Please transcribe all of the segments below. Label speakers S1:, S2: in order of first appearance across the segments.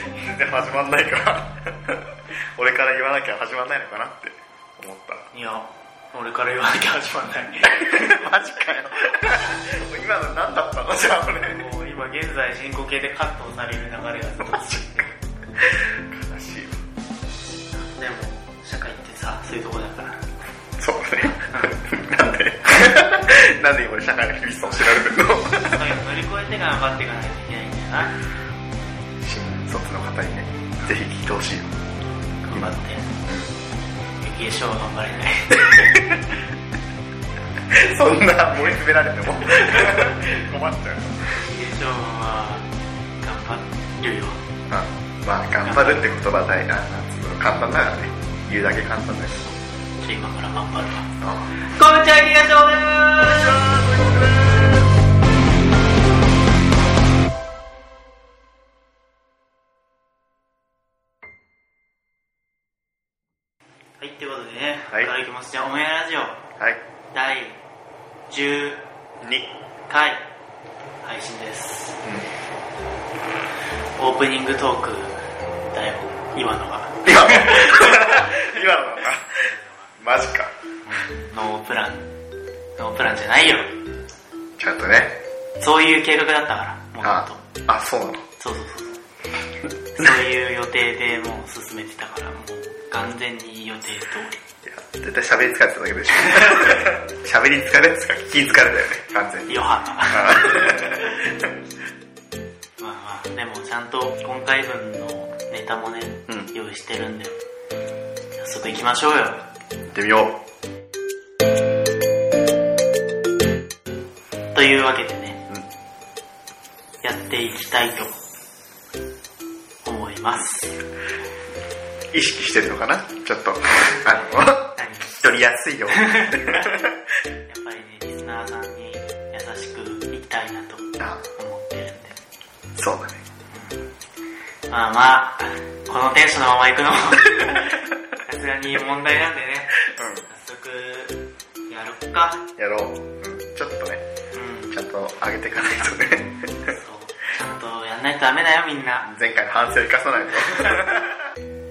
S1: 始まんないから俺から言わなきゃ始まんないのかなって思った
S2: いや俺から言わなきゃ始まん ない
S1: マジかよ今の何だったのじゃあこれ
S2: もう今現在進行形でカットされる流れがずっと続いてる
S1: 悲しいわ
S2: でも社会ってさそういうとこだから
S1: そうねなんで なんで今俺社会の厳しさを知られてるの
S2: そういうの乗り越えて頑張っていかないといけないんだよな
S1: 新卒の方にねぜひ聞いてほしいよ
S2: 頑張 って雪化粧は頑張れない
S1: そんな盛り詰められても 困っちゃう
S2: 雪化粧は頑張るよ
S1: まあ、まあ、頑張るって言葉は大ななんつうの簡単だからね言うだけ簡単だし
S2: ちょっと今から頑張るわ
S1: あ
S2: こんにちは雪化粧ですはい、ということでね、
S1: はい
S2: からいきます。じゃあ、オンエアラジオ
S1: はい
S2: 第10
S1: 2
S2: 回配信です。オープニングトークだよ、今のが。
S1: 今の今のかマジか
S2: ノープラン。ノープランじゃないよ。
S1: ちゃんとね
S2: そういう計画だったから、も
S1: あ
S2: っと。
S1: あそうなの
S2: そうそうそうそう。そういう予定でもう進めてたから、もう完全に予定通り。
S1: いや絶対喋り疲れてただけでしょ 喋り疲れっつうか聞き疲れたよね完全に
S2: 余波が。
S1: あ
S2: まあまあ、でもちゃんと今回分のネタもね、
S1: うん
S2: 用意してるんで、早速行きましょうよ。
S1: 行ってみよう
S2: というわけでね、
S1: うん
S2: やっていきたいと思います。
S1: 意識してるのかなちょっとあ
S2: 何
S1: の取りやすいように
S2: やっぱりね、リスナーさんに優しくいきたいなと思
S1: あ
S2: ってるん
S1: そうだね
S2: で。まあまあ、このテンションのまま行くのも、さすがに問題なんでね、早速、やろっか。
S1: うんやろう、うん、ちょっとね
S2: うん、
S1: ちゃんと上げていかないとね
S2: そう。ちゃんとやんないとダメだよ、みんな。
S1: 前回の反省を生かさないと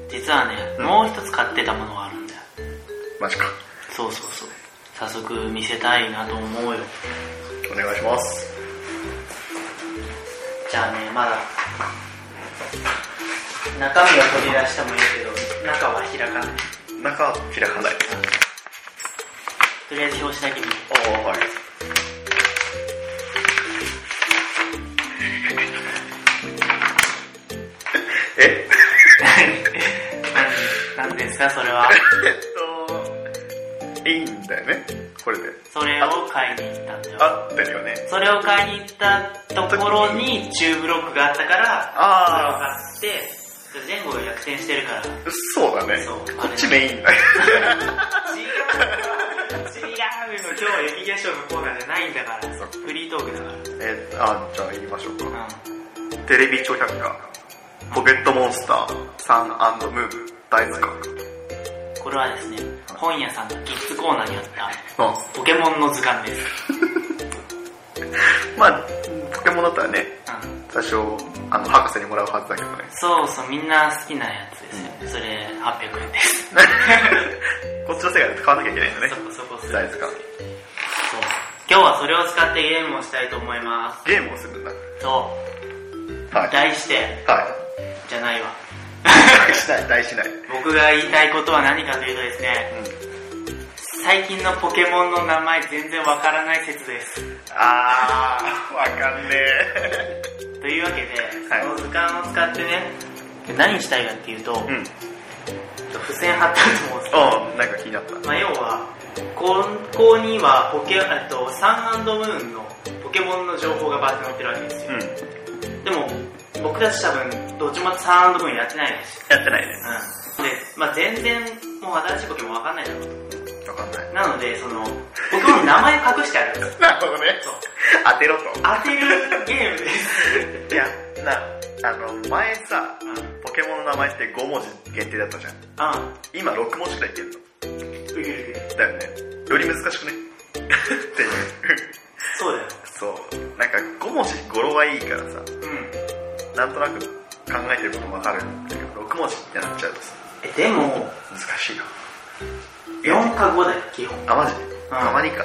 S2: 実はね、
S1: うん
S2: もう一つ買ってたものがあるんだよ
S1: マジか
S2: そうそうそう早速見せたいなと思うよ
S1: お願いします
S2: じゃあねまだ中身は取り出してもいいけど中は開かない
S1: 中は開かない
S2: とりあえず表紙だけ見る
S1: おおはいえ
S2: 何何ですかそれ は
S1: えっといいんだよねこれで
S2: それを買いに行ったんだよ
S1: 合ってるよね
S2: それを買いに行ったところに中ブロックがあったから
S1: あ
S2: それを買ってそれ前後が逆転してるから違う
S1: そうだね
S2: そう
S1: こっちメインだよ
S2: 違うの今日は雪化粧のコーナーじゃないんだから
S1: そう
S2: フリートークだから
S1: えあじゃあ言いましょうか
S2: うん
S1: テレビ超百科ポケットモンスターサンムーブ大塚
S2: これはですね、本屋さんのキッズコーナーにあった、
S1: うん
S2: ポケモンの図鑑です。
S1: まあポケモンだったらね
S2: う
S1: 最
S2: ん、
S1: 初あの博士にもらうはずだけどね
S2: そうそう、みんな好きなやつですよね。それ、800円です。
S1: こっちの世界で買わなきゃいけないんだね
S2: そこそこする
S1: 大塚
S2: そう。今日はそれを使ってゲームをしたいと思いま
S1: ゲームをするんだ
S2: す。と、
S1: はい
S2: 題して、
S1: は
S2: じゃないわ。
S1: いしない大しない
S2: 僕が言いたいことは何かというとですね、最近のポケモンの名前全然わからない説です。
S1: あーわかんねえ
S2: というわけで、
S1: はい
S2: その図鑑を使ってね、何したいかっていうと、
S1: うん
S2: ちょっと付箋貼ってあると思うんですけど、
S1: うんなんか気になった
S2: まあ、要はここにはポケえっとサンムーンのポケモンの情報がバーって載ってるわけですよ、
S1: うん
S2: でも僕たち多分どっちもサンムーンやってないです
S1: やってないね
S2: うんで、まあ、全然もう新しいポケモンわかんないだろう
S1: わかんない
S2: となのでそのポケモンの名前隠してあるんです
S1: なるほどね
S2: そう
S1: 当てろ
S2: 当てるゲームです
S1: といやなあの前さ
S2: うん
S1: ポケモンの名前って5文字限定だったじゃん
S2: あ
S1: 今6文字くらいいけるの
S2: うぎうぎ
S1: だよねより難しくねっていう
S2: そうだよ
S1: そうなんか5文字語呂がいいからさ
S2: うん
S1: なんとなく考えてることもわかるんだけど、6文字ってなっちゃうとさ、
S2: えでも
S1: 難しいよ。
S2: 4か5だよ基本
S1: あ、マジたまにか。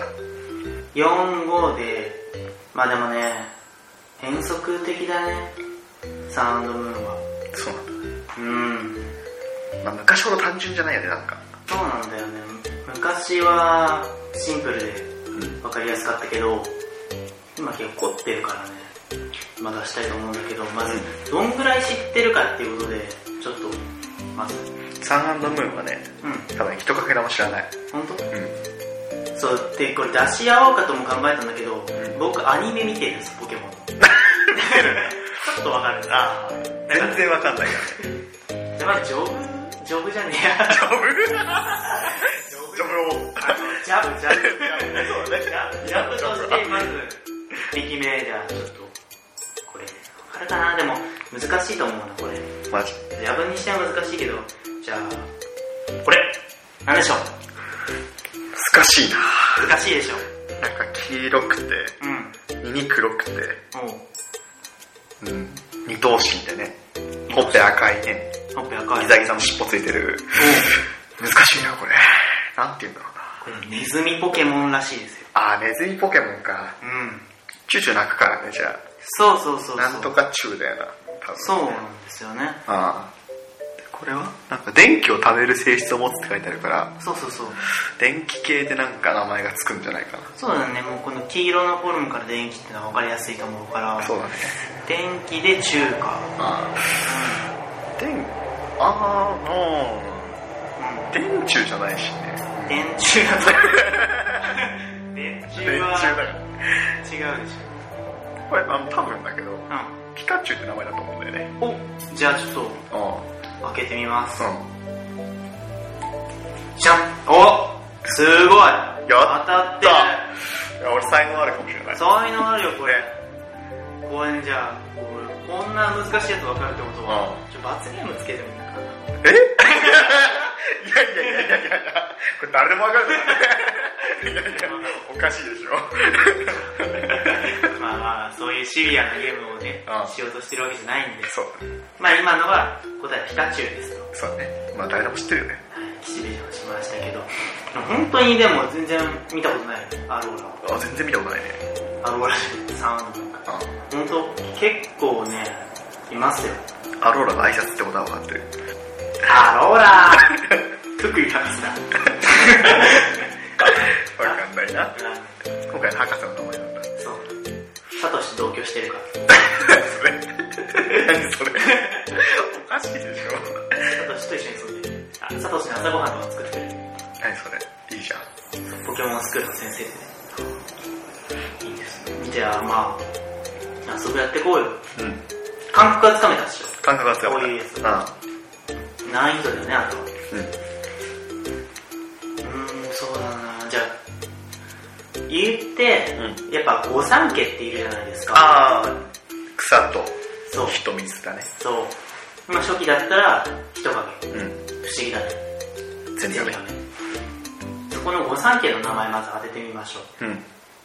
S2: 45でまあでもね変則的だねサウンドムーンは
S1: そうなんだ。
S2: うん
S1: まあ、昔ほど単純じゃないよね、なんか。
S2: そうなんだよね昔はシンプルで
S1: うん。
S2: 分かりやすかったけど今結構凝ってるからねま出したいと思うんだけどまずどんぐらい知ってるかっていうことでちょっとまず
S1: サンムーンはね、
S2: うん
S1: 多分一かけらも知らない。
S2: 本当
S1: うん。
S2: そうでこれ出し合おうかとも考えたんだけど、
S1: ん
S2: 僕アニメ見てるんですポケモ ンちょっとわかるな
S1: 全然わかんないからね。
S2: やばい、ジョブジョブじゃねえや。
S1: ジョブジョブを。
S2: ジャブ、ジャブ。ジャブとして、まず、力名じゃあ、ちょっと、これ、わかるかなでも、難しいと思うな、これ。
S1: マジ。
S2: ジャブにしては難しいけど、じゃあ、これ、なんでしょう
S1: 難しいな
S2: 難しいでしょ
S1: なんか黄色くて、
S2: うん。
S1: 身に黒くて、
S2: おう
S1: うん。二頭身でね、ほっぺ赤いね、
S2: ほっぺ赤い。
S1: ギザギザの尻尾ついてる。難しいな、これ。なんて言うんだろうな。
S2: おうこれ、ネズミポケモンらしいですよ。
S1: あー、ネズミポケモンか。
S2: うん。
S1: チューチュー鳴くからね、じゃ
S2: そうそうそうそ
S1: あ。
S2: う。
S1: なんと。かチューだよな、多分。
S2: そうなんですよね。
S1: ああ。これはなんか電気を食べる性質を持つって書いてあるから、
S2: そうそうそう。
S1: 電気系でなんか名前がつくんじゃないかな。
S2: そうだね、もうこの黄色のフォルムから電気ってのは分かりやすいと思うから。
S1: そうだね。
S2: 電気で中華
S1: ああ。電、ああ、
S2: う
S1: うん。電柱じゃないしね。
S2: ん電柱 だ電柱
S1: 電
S2: は
S1: 柱だから。
S2: 違うでし
S1: これ、あの、多分だけど、
S2: ょ
S1: ピカチュウって名前だと思うんだよね。
S2: うんおじゃあちょっと
S1: う
S2: 開けてみます
S1: ん。うん。
S2: じゃんおすごい
S1: や
S2: 当
S1: った
S2: ってる
S1: いや俺才能あるかもしれない。
S2: そういうのあるよこれこれじゃあこんな難しいやつ分かるってことはちょ罰ゲームつけてもいいかな
S1: えいやいやいやいやいやいや、これ誰でもわかるだろ。いやいや、おかしいでしょ。
S2: まあまあそういうシビアなゲームをね
S1: うん
S2: しようとしてるわけじゃないんです
S1: そう、
S2: まあ今のは答えはピカチュウですと
S1: そうね。まあ誰でも知ってるよね。
S2: 岸辺ちゃんはしましたけど本当にでも全然見たことないアローラ
S1: あ、全然見たことないね。
S2: アローラサウンド文化本当結構ねいますよ
S1: あアローラの挨拶ってことは分かってる。
S2: アロ ーラー福井博士だ
S1: わかんないな。
S2: うん
S1: 今回の博士の名前なんだ。
S2: そうサトシ同居してるか
S1: それ。何それ。おかしいでしょ。
S2: らサトシと一緒に住んでるあサトシの朝ごはんとか作ってる
S1: 何それ。いいじゃん。
S2: ポケモンスクールの先生でいいですねじゃあまあ遊ぶやってこうよ
S1: うん。
S2: 感覚はつかめたっしょ
S1: 感覚が強かった。
S2: こういうやつ
S1: う
S2: 難易度だよねあとは
S1: ん。うん。
S2: うーんそうだなじゃあ言って、
S1: う
S2: やっぱ御三家っているじゃないですか
S1: ああ、草と
S2: そう
S1: 人水だね。
S2: そうまあ初期だったら人影不
S1: うん。
S2: 思議だね
S1: 全然ダメ。
S2: そこの御三家の名前まず当ててみましょ
S1: うん。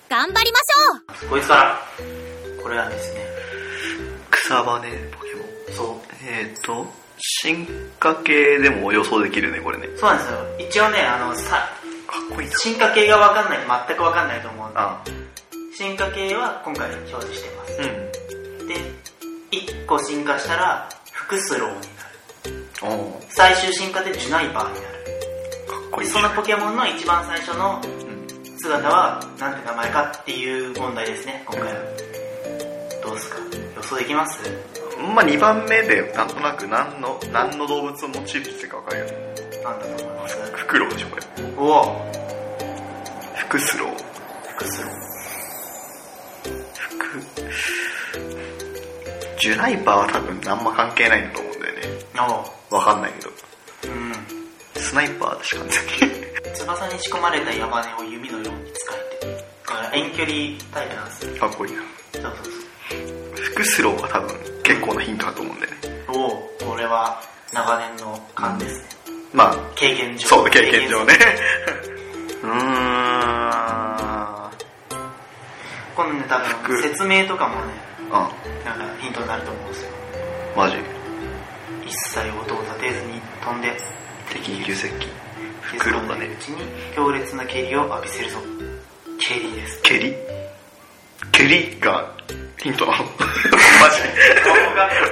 S3: 頑張りましょう
S2: うこいつからこれはですね
S1: 草羽ポケモン。
S2: そ
S1: えっ、ー、と、進化系でも予想できるね、これね。
S2: うそうなんですよ一応ねあのさ
S1: かっこいいな。
S2: 進化系が分かんない全く分かんないと思うんで
S1: あ
S2: 進化系は今回表示してます
S1: うん。
S2: で1個進化したら複数ローになる
S1: おおー
S2: 最終進化でジュナイバーになる
S1: かっこい
S2: で
S1: い。
S2: そのポケモンの一番最初の
S1: うん。
S2: 姿はなんて名前かっていう問題ですね今回はどうですか予想できます
S1: まあ、2番目で、なんとなく何の、何の動物をモチーフにしてるかわかるよね。
S2: なんだと思います
S1: フクロウでしょ、これ。
S2: おお
S1: フクスロウ。
S2: 複数
S1: フク、ジュライバーは多分あんま関係ないんだと思うんだよね。
S2: おう
S1: わかんないけど。
S2: うん
S1: スナイパーでしかない。
S2: 翼に仕込まれた矢羽を弓のように使えてだから遠距離タイプなんですよ
S1: かっこいいな。
S2: そうそう
S1: フクスロウは多分結構なヒントだと思うんだよね。
S2: そうおおこれは長年の勘ですね
S1: まあ、
S2: 経験上
S1: そう、経験上
S2: です
S1: ね。 うーん。
S2: このね多分
S1: 服
S2: 説明とかもね
S1: あ、
S2: なんかヒントになると思うんですよ
S1: マジ。
S2: 一切音を立てずに飛んで敵に
S1: 急接近
S2: 削らないうちに強烈な蹴りを浴びせるぞ蹴りです
S1: 蹴り蹴りがヒントなのマ ジ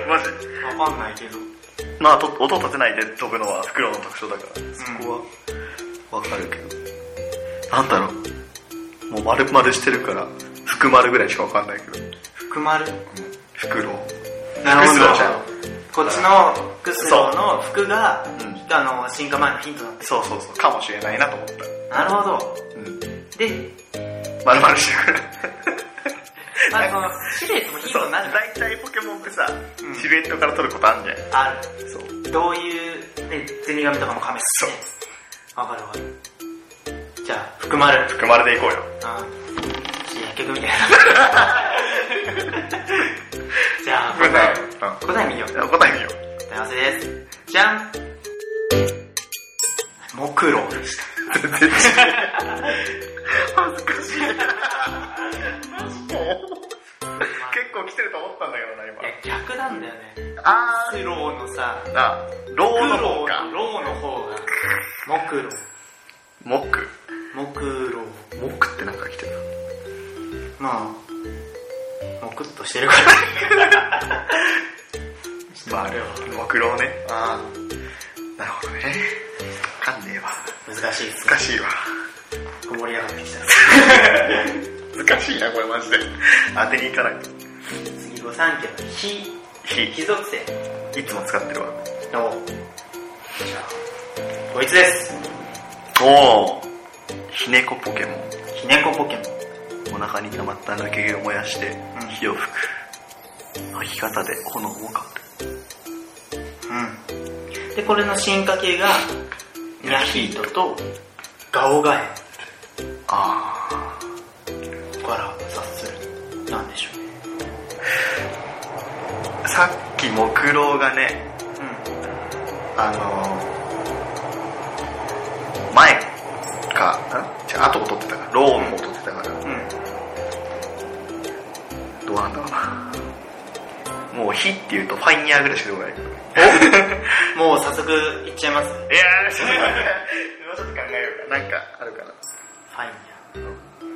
S1: マジ
S2: わかんないけど
S1: まあと音を立てないで飛ぶのはフクロウの特徴だからそこはわかるけど、なんだろうもう丸々してるから福丸ぐらいしかわかんないけど
S2: 福丸
S1: フクロウ
S2: なるほ
S1: クス
S2: ど
S1: ロちゃん
S2: こっちのクスローの服が、
S1: うん
S2: あの進化前のヒントだっ
S1: そうそうそうかもしれないなと思った
S2: たなるほど
S1: うん
S2: で、
S1: 丸々してるから
S2: あの、そのシルエットもヒントになるか
S1: 大体ポケモンってさ、
S2: うん
S1: シルエットから取ることあんじゃん
S2: らあ
S1: そう
S2: る。どういう、え、ゼニガメとかもカメっすね。わかるわかる。じゃあ、含まれる。
S1: 福丸でいこうよ
S2: あ薬局みたいな。 じゃあ、
S1: ごめんなさい
S2: 答え、答え見よ
S1: じ
S2: う。
S1: ゃあ答え見よ
S2: 答え合わせです。じゃん木狼でした。
S1: う 全然違う恥ずかしいもう結構来てると思ったんだけどな今
S2: いや、逆なんだよね。
S1: あ
S2: クロウのさ、
S1: ーなあローの方か
S2: ロウの方が、木狼。
S1: モック
S2: 木狼。
S1: モックってなんか来てる
S2: まあ、もくっとしてるから。
S1: まああれはモクロね
S2: あ
S1: なるほどねわかんねえわ
S2: 難しいです。
S1: 難しいわ
S2: こぼれやがってきた。
S1: 難しいなこれマジで当てに行かないと
S2: 次、御三家の火、
S1: 火
S2: 火属性
S1: いつも使ってるわ
S2: の、じゃあこいつです。
S1: おおひねこポケモン
S2: ひねこポケモン。
S1: お腹に溜まった抜け毛を燃やして
S2: うん
S1: 火を吹く吐き方で炎をか
S2: うん。で、これの進化系が、ニャヒートと、ガオガエ
S1: ぶあ
S2: から察する。なんでしょうね。
S1: あさっき木狼がね
S2: うん。
S1: あのー、前かん違う後を取ってたからローンも取ってたから
S2: うん。
S1: どうなんだろうなもう火っていうとファイヤーぐらいしか出てこない
S2: もう早速、いっちゃいます。フ
S1: いやー、ちょっと待って、もうちょっと考えようか。なんかあるかな。
S2: ァイン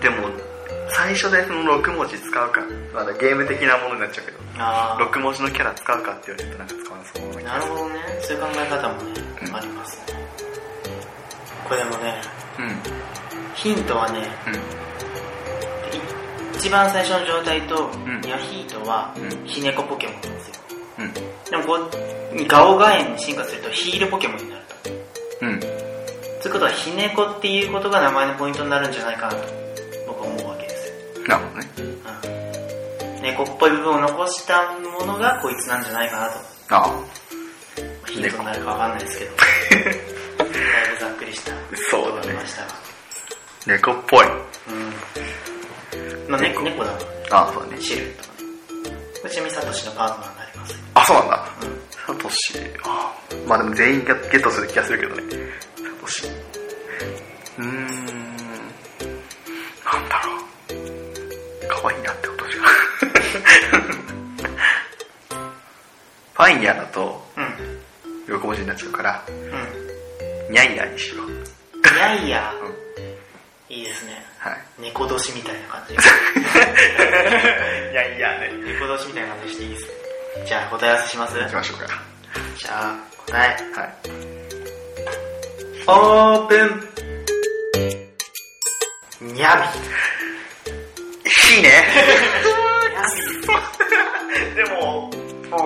S1: でも、最初でその6文字使うか、まだゲーム的なものになっちゃうけど、
S2: や。あー
S1: 6文字のキャラ使うかって言われるとなんか使わなそうな気
S2: な
S1: が
S2: る
S1: する。
S2: ほどね。そういう考え方もね、ありますね。これでもね、ヒントはね、い一番最初の状態と、
S1: ん
S2: ニャヒートは
S1: う、ん
S2: ヒネコポケモンなんですよ。
S1: うん。
S2: でもこう、ガオガエンに進化するとヒールポケモンになると。
S1: うん。うん。
S2: ということは、ヒネコっていうことが名前のポイントになるんじゃないかなと、僕は思うわけですよ。
S1: なるほどね。
S2: うん。猫っぽい部分を残したものがこいつなんじゃないかなと。
S1: ああ。
S2: ヒントになるかわかんないですけど。だいぶざっくりした。
S1: そうだね
S2: 思いましたが。
S1: 猫っぽい。
S2: うん。まあ、猫、猫だもんね。
S1: ああ、そうだね。
S2: シルエットがね。これちなみにサトシのパートナーになりますよ。
S1: あ、そうなんだ。
S2: うん。
S1: サトシ。ああ。まあでも全員がゲットする気がするけどね。サトシ。うーん。なんだろう。可愛いなってことじゃん。 ファインヤーだと
S2: うん。
S1: 横文字になっちゃうから、
S2: うん。
S1: ニャイヤーにしよう。
S2: いやいや、
S1: うん。
S2: いいですね。
S1: はい。
S2: 猫年みたいな感じ。
S1: ニャイヤーね。
S2: 猫年みたいな感じしていいですね。じゃあ、答え合わせします
S1: 行きましょうか。
S2: じゃあ、答え。
S1: はい。
S2: オープンにゃ
S1: いいね。
S2: び。にゃび。
S1: でも、
S2: 考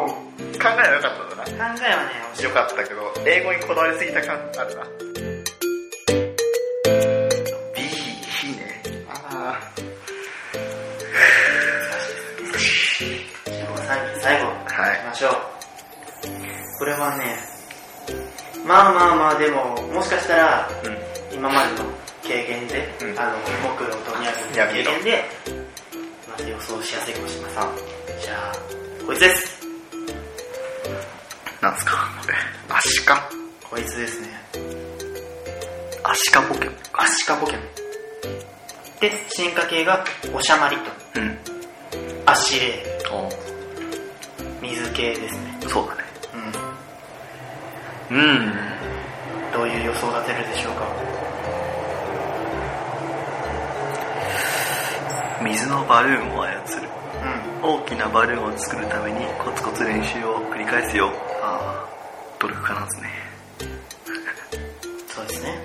S1: 考えは良かったんだな。
S2: えはね、
S1: 良かったけど、英語にこだわりすぎた感あるな。B、いいね。あ
S2: 最後、最後、
S1: はい
S2: 行きましょう。これはね、まあまあまあ、でも、もしかしたら、
S1: あ。うん。
S2: 今までの経験で、
S1: うん
S2: あの、僕のとにゃびの経験で、まず予想しやすいかもしれません。じゃあ、こいつです。
S1: なんすかアシカ
S2: こいつですね。
S1: アシカポケモン
S2: アシカポケモン。で、進化系が、おしゃまりと、
S1: うん。
S2: アシレイ。
S1: お
S2: ミ水系ですね。
S1: そうだね
S2: うん。
S1: うん
S2: どういう予想が出るでしょうか。
S1: 水のバルーンを操る
S2: うん。
S1: 大きなバルーンを作るためにコツコツ練習を繰り返すよああ努力家なんですね
S2: そうですね。
S1: はい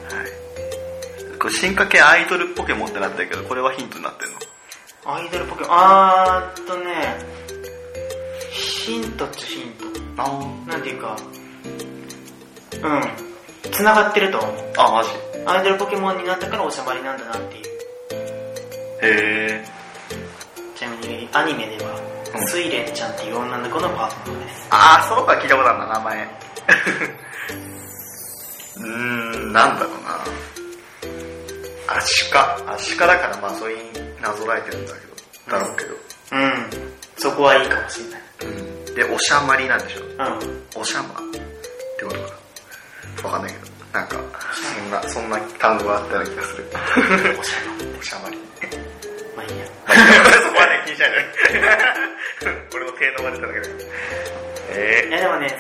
S1: これ進化系アイドルポケモンってなってるけどこれはヒントになってるの
S2: アイドルポケモン、あーっとね、ヒントっちゃヒント。
S1: あ
S2: なんていうか、うん。繋がってると思う。
S1: あマジ
S2: アイドルポケモンになったからおしゃばりなんだなっていう。
S1: へえ
S2: ちなみにアニメでは、
S1: うん
S2: スイレンちゃんっていう女の子のパートナーです。
S1: ああそうか聞いたことあるな名前 うーんなんだろうなアシカアシカだからまあそれになぞらえてるんだけどだろうけど
S2: うん。そこはいいかもしれない。
S1: うんでおしゃまりなんでしょ
S2: うん。
S1: おしゃまってことかなわかんないけどなんかそんなそんな単語があったような気がする
S2: おしゃ
S1: おしゃまり
S2: まあいいや。
S1: そこはね気にしないで俺の低能が出ただけだから
S2: い
S1: え
S2: やでもね、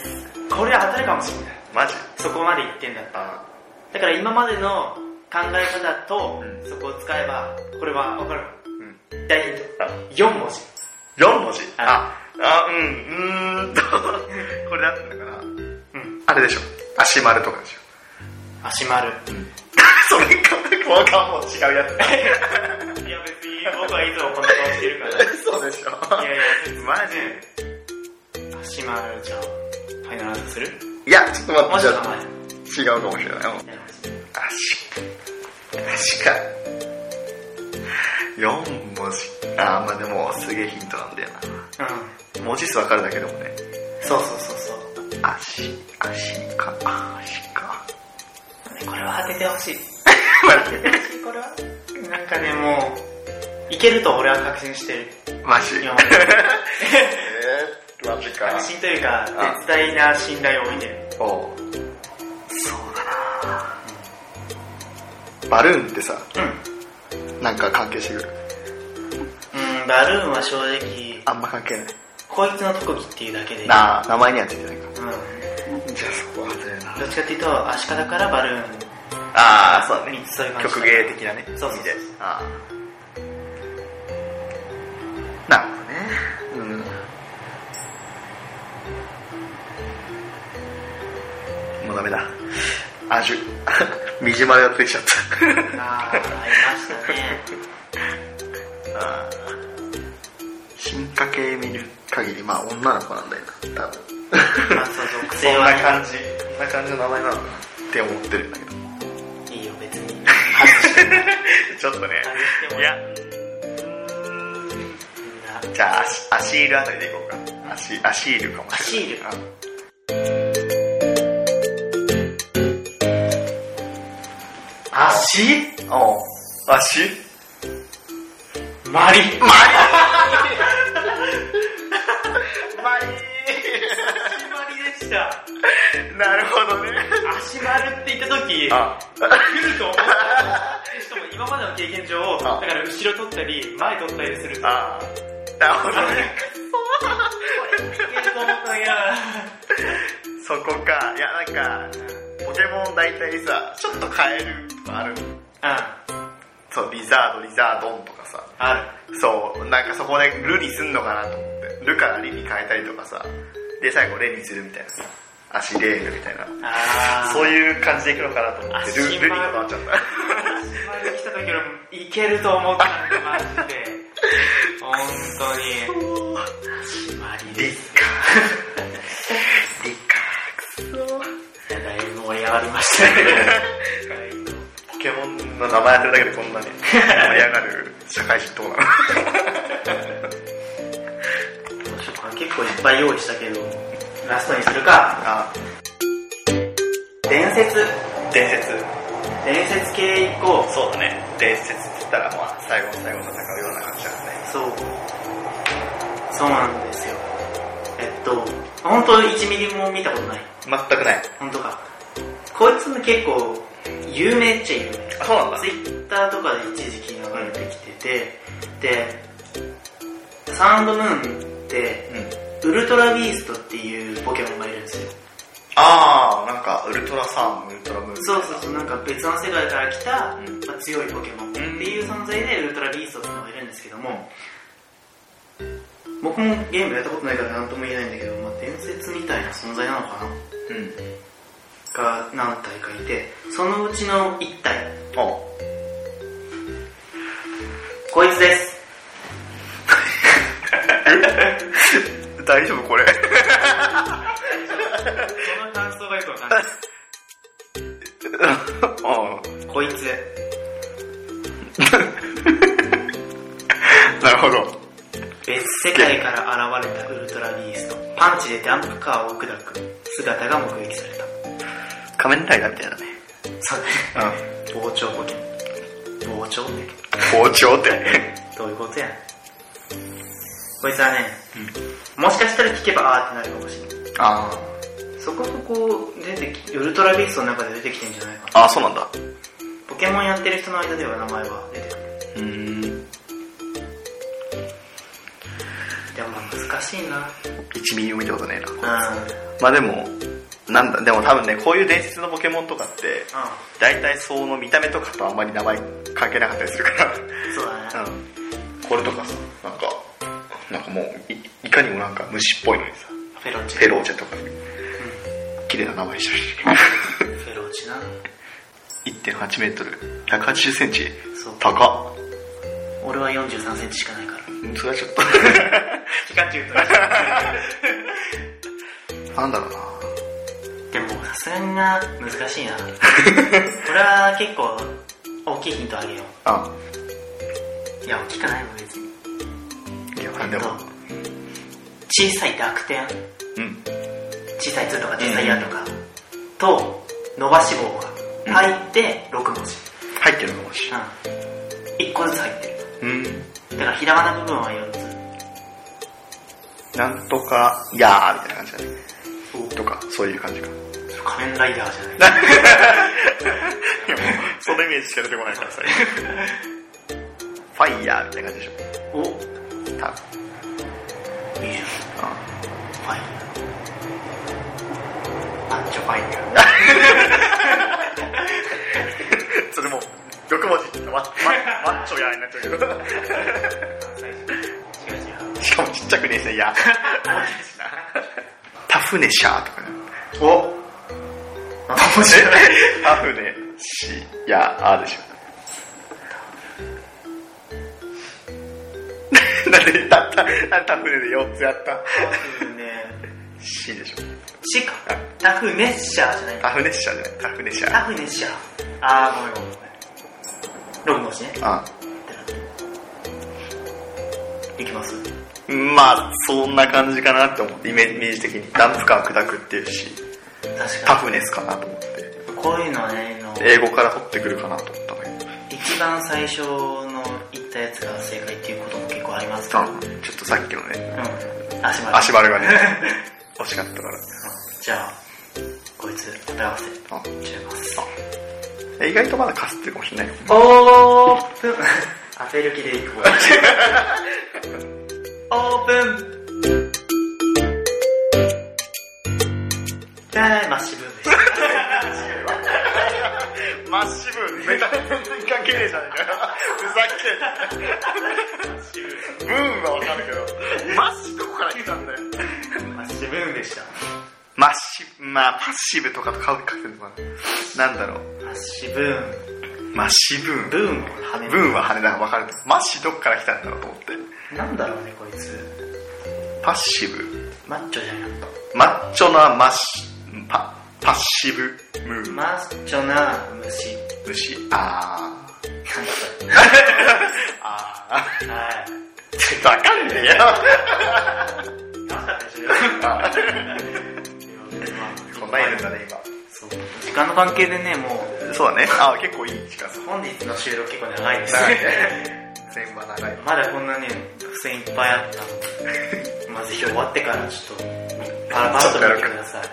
S2: これ当たるかもしれない。
S1: ー、マジ
S2: そこまで言ってんだったら。
S1: あ
S2: だから今までの考え方と
S1: う、
S2: そこを使えば、これはわかる。
S1: うん
S2: 大ヒン
S1: あ
S2: ト。4文字。
S1: 4文字
S2: あ
S1: あ、うん、うーんと、これだったんだから、
S2: うん。
S1: あれでしょ、足丸とかでしょ。
S2: 足丸。
S1: それか、効果はもう違うや
S2: いや別に僕はいつもこんな顔してるから。
S1: つ。そうでしょ。
S2: い やい
S1: マ
S2: や、足丸じゃあ、ファイナルアンサーする
S1: ジいや、ちょっと
S2: もう
S1: 待
S2: ち
S1: っ
S2: ょ
S1: て
S2: っと前。
S1: じゃあ違うかもしれない。うん足か。足か。4文字。あー、まあでも、すげえヒントなんだよ
S2: うん。
S1: な。文字数わかるだけでもね。
S2: そうそうそうそう。
S1: 足、足か、足か。
S2: これは当ててほしい。 これはなんかね、もう、いけると俺は確信してる。
S1: マジ。
S2: いや
S1: えー、マジか
S2: 確信というか、絶大な信頼を置いてる。
S1: おうそうだなバルーンってさ
S2: うん。
S1: なんか関係してくる
S2: うん、バルーンは正直、
S1: あんま関係ない
S2: こいつの特技っていうだけで。
S1: なあ名前にはついてないか
S2: うん。
S1: じゃあそこは外れるな
S2: どっちかっていうと、足利からバルーン。
S1: ああそうだね
S2: そういう感じ
S1: 曲芸的なね
S2: そうそうそう
S1: 意味でああなるほどねうんもうダメだアジュ 右までやってきちゃ った
S2: ああ、ありましたね。
S1: あー進化系見る限り、まあ女の子なんだよな、多分。
S2: まあ、そう、属
S1: そ
S2: 性
S1: ん
S2: は
S1: な感じ、そんな感じの名前なのかなって思ってるんだけど。
S2: いいよ、別に。
S1: ちょっとね
S2: 外しても、
S1: いや、
S2: みんな
S1: じゃあアシ、アシールあたりでいこうか。アシ、アシールかもしれない。
S2: アシ足
S1: ールおうアシ
S2: マ
S1: マ
S2: リ
S1: リマ
S2: 足マリでした。
S1: リなるほどね。
S2: 足丸って言った時、
S1: あ、
S2: 来ると思った。しかも今までの経験上、だ
S1: あ
S2: から後ろ取ったり、前取ったりすると、
S1: あ、なるほどね。
S2: いけると思ったんだけど
S1: そこか。いや、なんか、ポケモン大体さ、ちょっと変えるとかある。
S2: うん、
S1: そう、リザード、リザードンとかさ。
S2: ある。
S1: そう、なんかそこでルにすんのかなと思って。ルからリに変えたりとかさ。で、最後レにするみたいなさ。足レールみたいな。
S2: あ
S1: そういう感じでいくのかなと思って。ル
S2: 足
S1: ル
S2: 場
S1: に変わっちゃった。
S2: 足丸来た時俺もいけると思ったんだ、マジで。本当に。足丸で
S1: リッカー。 リッカー。くそ
S2: いやだいぶ盛り上がりま したね。
S1: ポケモンの名前当てるだけでこんなに盛り上がる社会人どうなの
S2: 結構いっぱい用意したけど、ラストにするか。
S1: あ、
S2: 伝説。
S1: 伝説。
S2: 伝説系行こ
S1: そうだね。伝説って言ったら、まあ、最後の最後戦うような感じだね。
S2: う。そう。そうなんですよ。えっと、本当1ミリも見たことない。
S1: 全くない。
S2: 本当か。こいつも結構、有名っちゃ有名。
S1: あ、そうなんだ
S2: ツイ。ッターとかで一時期流れてきてて、で、サウンドムーンって、
S1: うん。
S2: ウルトラビーストっていうポケモンがいるんですよ。
S1: あー、なんか、ウルトラサン、ウルトラムーン。
S2: そうそうそう、なんか別の世界から来た、
S1: うん
S2: まあ、強いポケモンっていう存在でウルトラビーストっていうのがいるんですけども、僕もゲームやったことないから何とも言えないんだけど、まあ、伝説みたいな存在なのか
S1: うん。
S2: なが何体かいて、そのうちの1体、
S1: あ
S2: こいつです。
S1: 大丈夫これ。
S2: その感想がよくわかんない。
S1: あ
S2: こいつ。
S1: あ、なるほど。
S2: 別世界から現れたウルトラビーストパンチでダンプカーを砕く姿が目撃された
S1: 仮面ライダーみたいだね。
S2: そう だね膨張ポケモン膨張ポケモン
S1: 包丁って。
S2: どういうことやこいつはね、もしかしたら聞けばあーってなるかもしれない
S1: あ
S2: そこここ出てきウルトラビーストの中で出てきてんじゃないかな
S1: あ。ああ、そうなんだ。
S2: ポケモンやってる人の間では名前は出てくる
S1: うーん。
S2: でもまあ難しいな
S1: 一ミリも見たことねえな。
S2: うん
S1: まあでも、なんだ、でも多分ね、こういう伝説のポケモンとかって、大体その見た目とかとあんまり名前関係なかったりするから。
S2: うんそうだね、
S1: うん。これとかさ、なんか、なんかもう、いいかにもなんか虫っぽいのにさ、
S2: フェロチェ
S1: ペローチェとか、綺麗な名前してる
S2: うんフェロチな
S1: し。1.8メートル、180センチ、
S2: そう
S1: 高っ。
S2: 俺は4 3センチしかないから
S1: うんそれはちょっと。
S2: ピカチュウと
S1: なんだろうな
S2: でもさすがにな難しい なこれは結構大きいヒントあげよ
S1: あ、
S2: ういや大きくないもん別に
S1: いや、なんでも。
S2: 小さい濁点
S1: うん。
S2: 小さい「つ」とか小さい「や」とか、と伸ばし棒が入って6文字、
S1: 入ってるのかもしれ
S2: うん、1個ずつ入ってる
S1: ん。うん。
S2: だからひらがな部分は4つ
S1: なんとか、やーみたいな感じだね。とか、そういう感じか。
S2: 仮面ライダーじゃない
S1: いやもう、そのイメージしか出てこない からさ。ファイヤーみたいな感じでし
S2: おい
S1: ょ。多分。
S2: いじ
S1: あ
S2: ゃんファイヤーパンチョファイヤー
S1: それも、6文字って言ったらマッマッマッチョやーになっちゃうけど。
S2: 違う違う
S1: しかもちっちゃくねえしね、い や。タフネシャーとかね。
S2: おなんか面白い。
S1: タフネシヤーでしょ。 なんで、たった、なんでタフネで4つやった。
S2: タフね。
S1: シでしょ。
S2: しか。タフネッシャーじゃない。
S1: タフネシャーじゃない、タフネシャー。
S2: タフネッシャー。あー、ごめんごめんごめん。6文字ね。
S1: あ
S2: いきます。
S1: まあ、そんな感じかなって思って、イメージ的に。ダンプカー砕くっていうし、
S2: 確
S1: タ
S2: か
S1: フネスかなと思って。
S2: に。こういうのはね、あの
S1: 英語から取ってくるかなと思ったんだけど。
S2: 一番最初の言ったやつが正解っていうことも結構ありますから。
S1: あちょっとさっきのね、
S2: うん。足丸。
S1: 足丸がね、惜しかったから。
S2: じゃあ、こいつ、食べ合わせ。
S1: あ
S2: 違います。
S1: え意外とまだかすってるかもしれないよ。
S2: オー プン当てる気でいくわ オープンはい、マッシブームでした。
S1: マッシブ、メタ全然関係ねえじゃねえか。ふざけんな。ムーンはわかるけど、マッシどこから来たんだよ。
S2: マッシブームでした。
S1: マッシブ、まあパッシブとかとかぶかけるのかな。なんだろう。
S2: マッシブーム。
S1: マッシブーン。
S2: ブームを跳ね
S1: ブーンは羽田がわかるけど。マッシどこから来たんだろうと思って。
S2: る。なんだろうね、こいつ。
S1: パッシブ。
S2: マッチョじゃなかっ
S1: マッチョなマッシ、パ、パッシブ、ム
S2: た。
S1: ーン。
S2: マッチョな虫。
S1: 虫。あー。あ
S2: はい。
S1: ー。わかんねえよ。
S2: 楽しかったでし
S1: あ
S2: ょ
S1: ーこんなんいるんだね、今。
S2: そう時間の関係でね、もう、
S1: そうだね。あ、結構いい時間。
S2: 本日の収録結構長いです。
S1: 長いね。前半長い。
S2: まだこんなね、伏線いっぱいあったので、まあ、ぜひ終わってからちょっと、パラパラと見てください。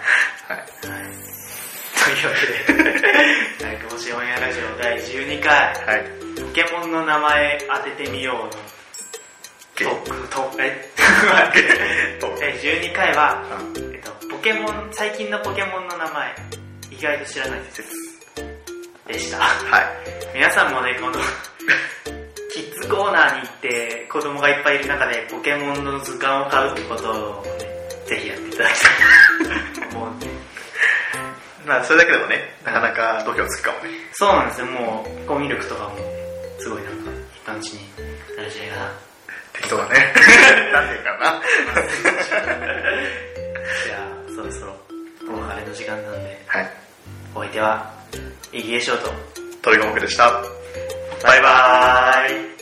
S1: はい。
S2: はい、というわけで、はい、かもしオンエアラジオ第12回、
S1: はい。
S2: ポケモンの名前当ててみようのトーク、トーク、え第12回は、
S1: うん
S2: えっと、ポケモン、最近のポケモンの名前、意外と知らない説でした。
S1: はい。
S2: 皆さんもね、こ の、キッズコーナーに行って、子供がいっぱいいる中で、ポケモンの図鑑を買うってことを、ね、ぜひやっていただき たい。もうね、
S1: まあ、それだけでもね、なかなか度胸つくかもね。
S2: そうなんですよ、もう、コミュ力とかも、すごいなんか、一般地になる時代が
S1: 適当だね。 なんていうかな。
S2: じゃあ、そろそろ、お別れの時間なんで、
S1: はい。
S2: お相手は、イギエショート。
S1: 鳥が目でした。バイバーイ。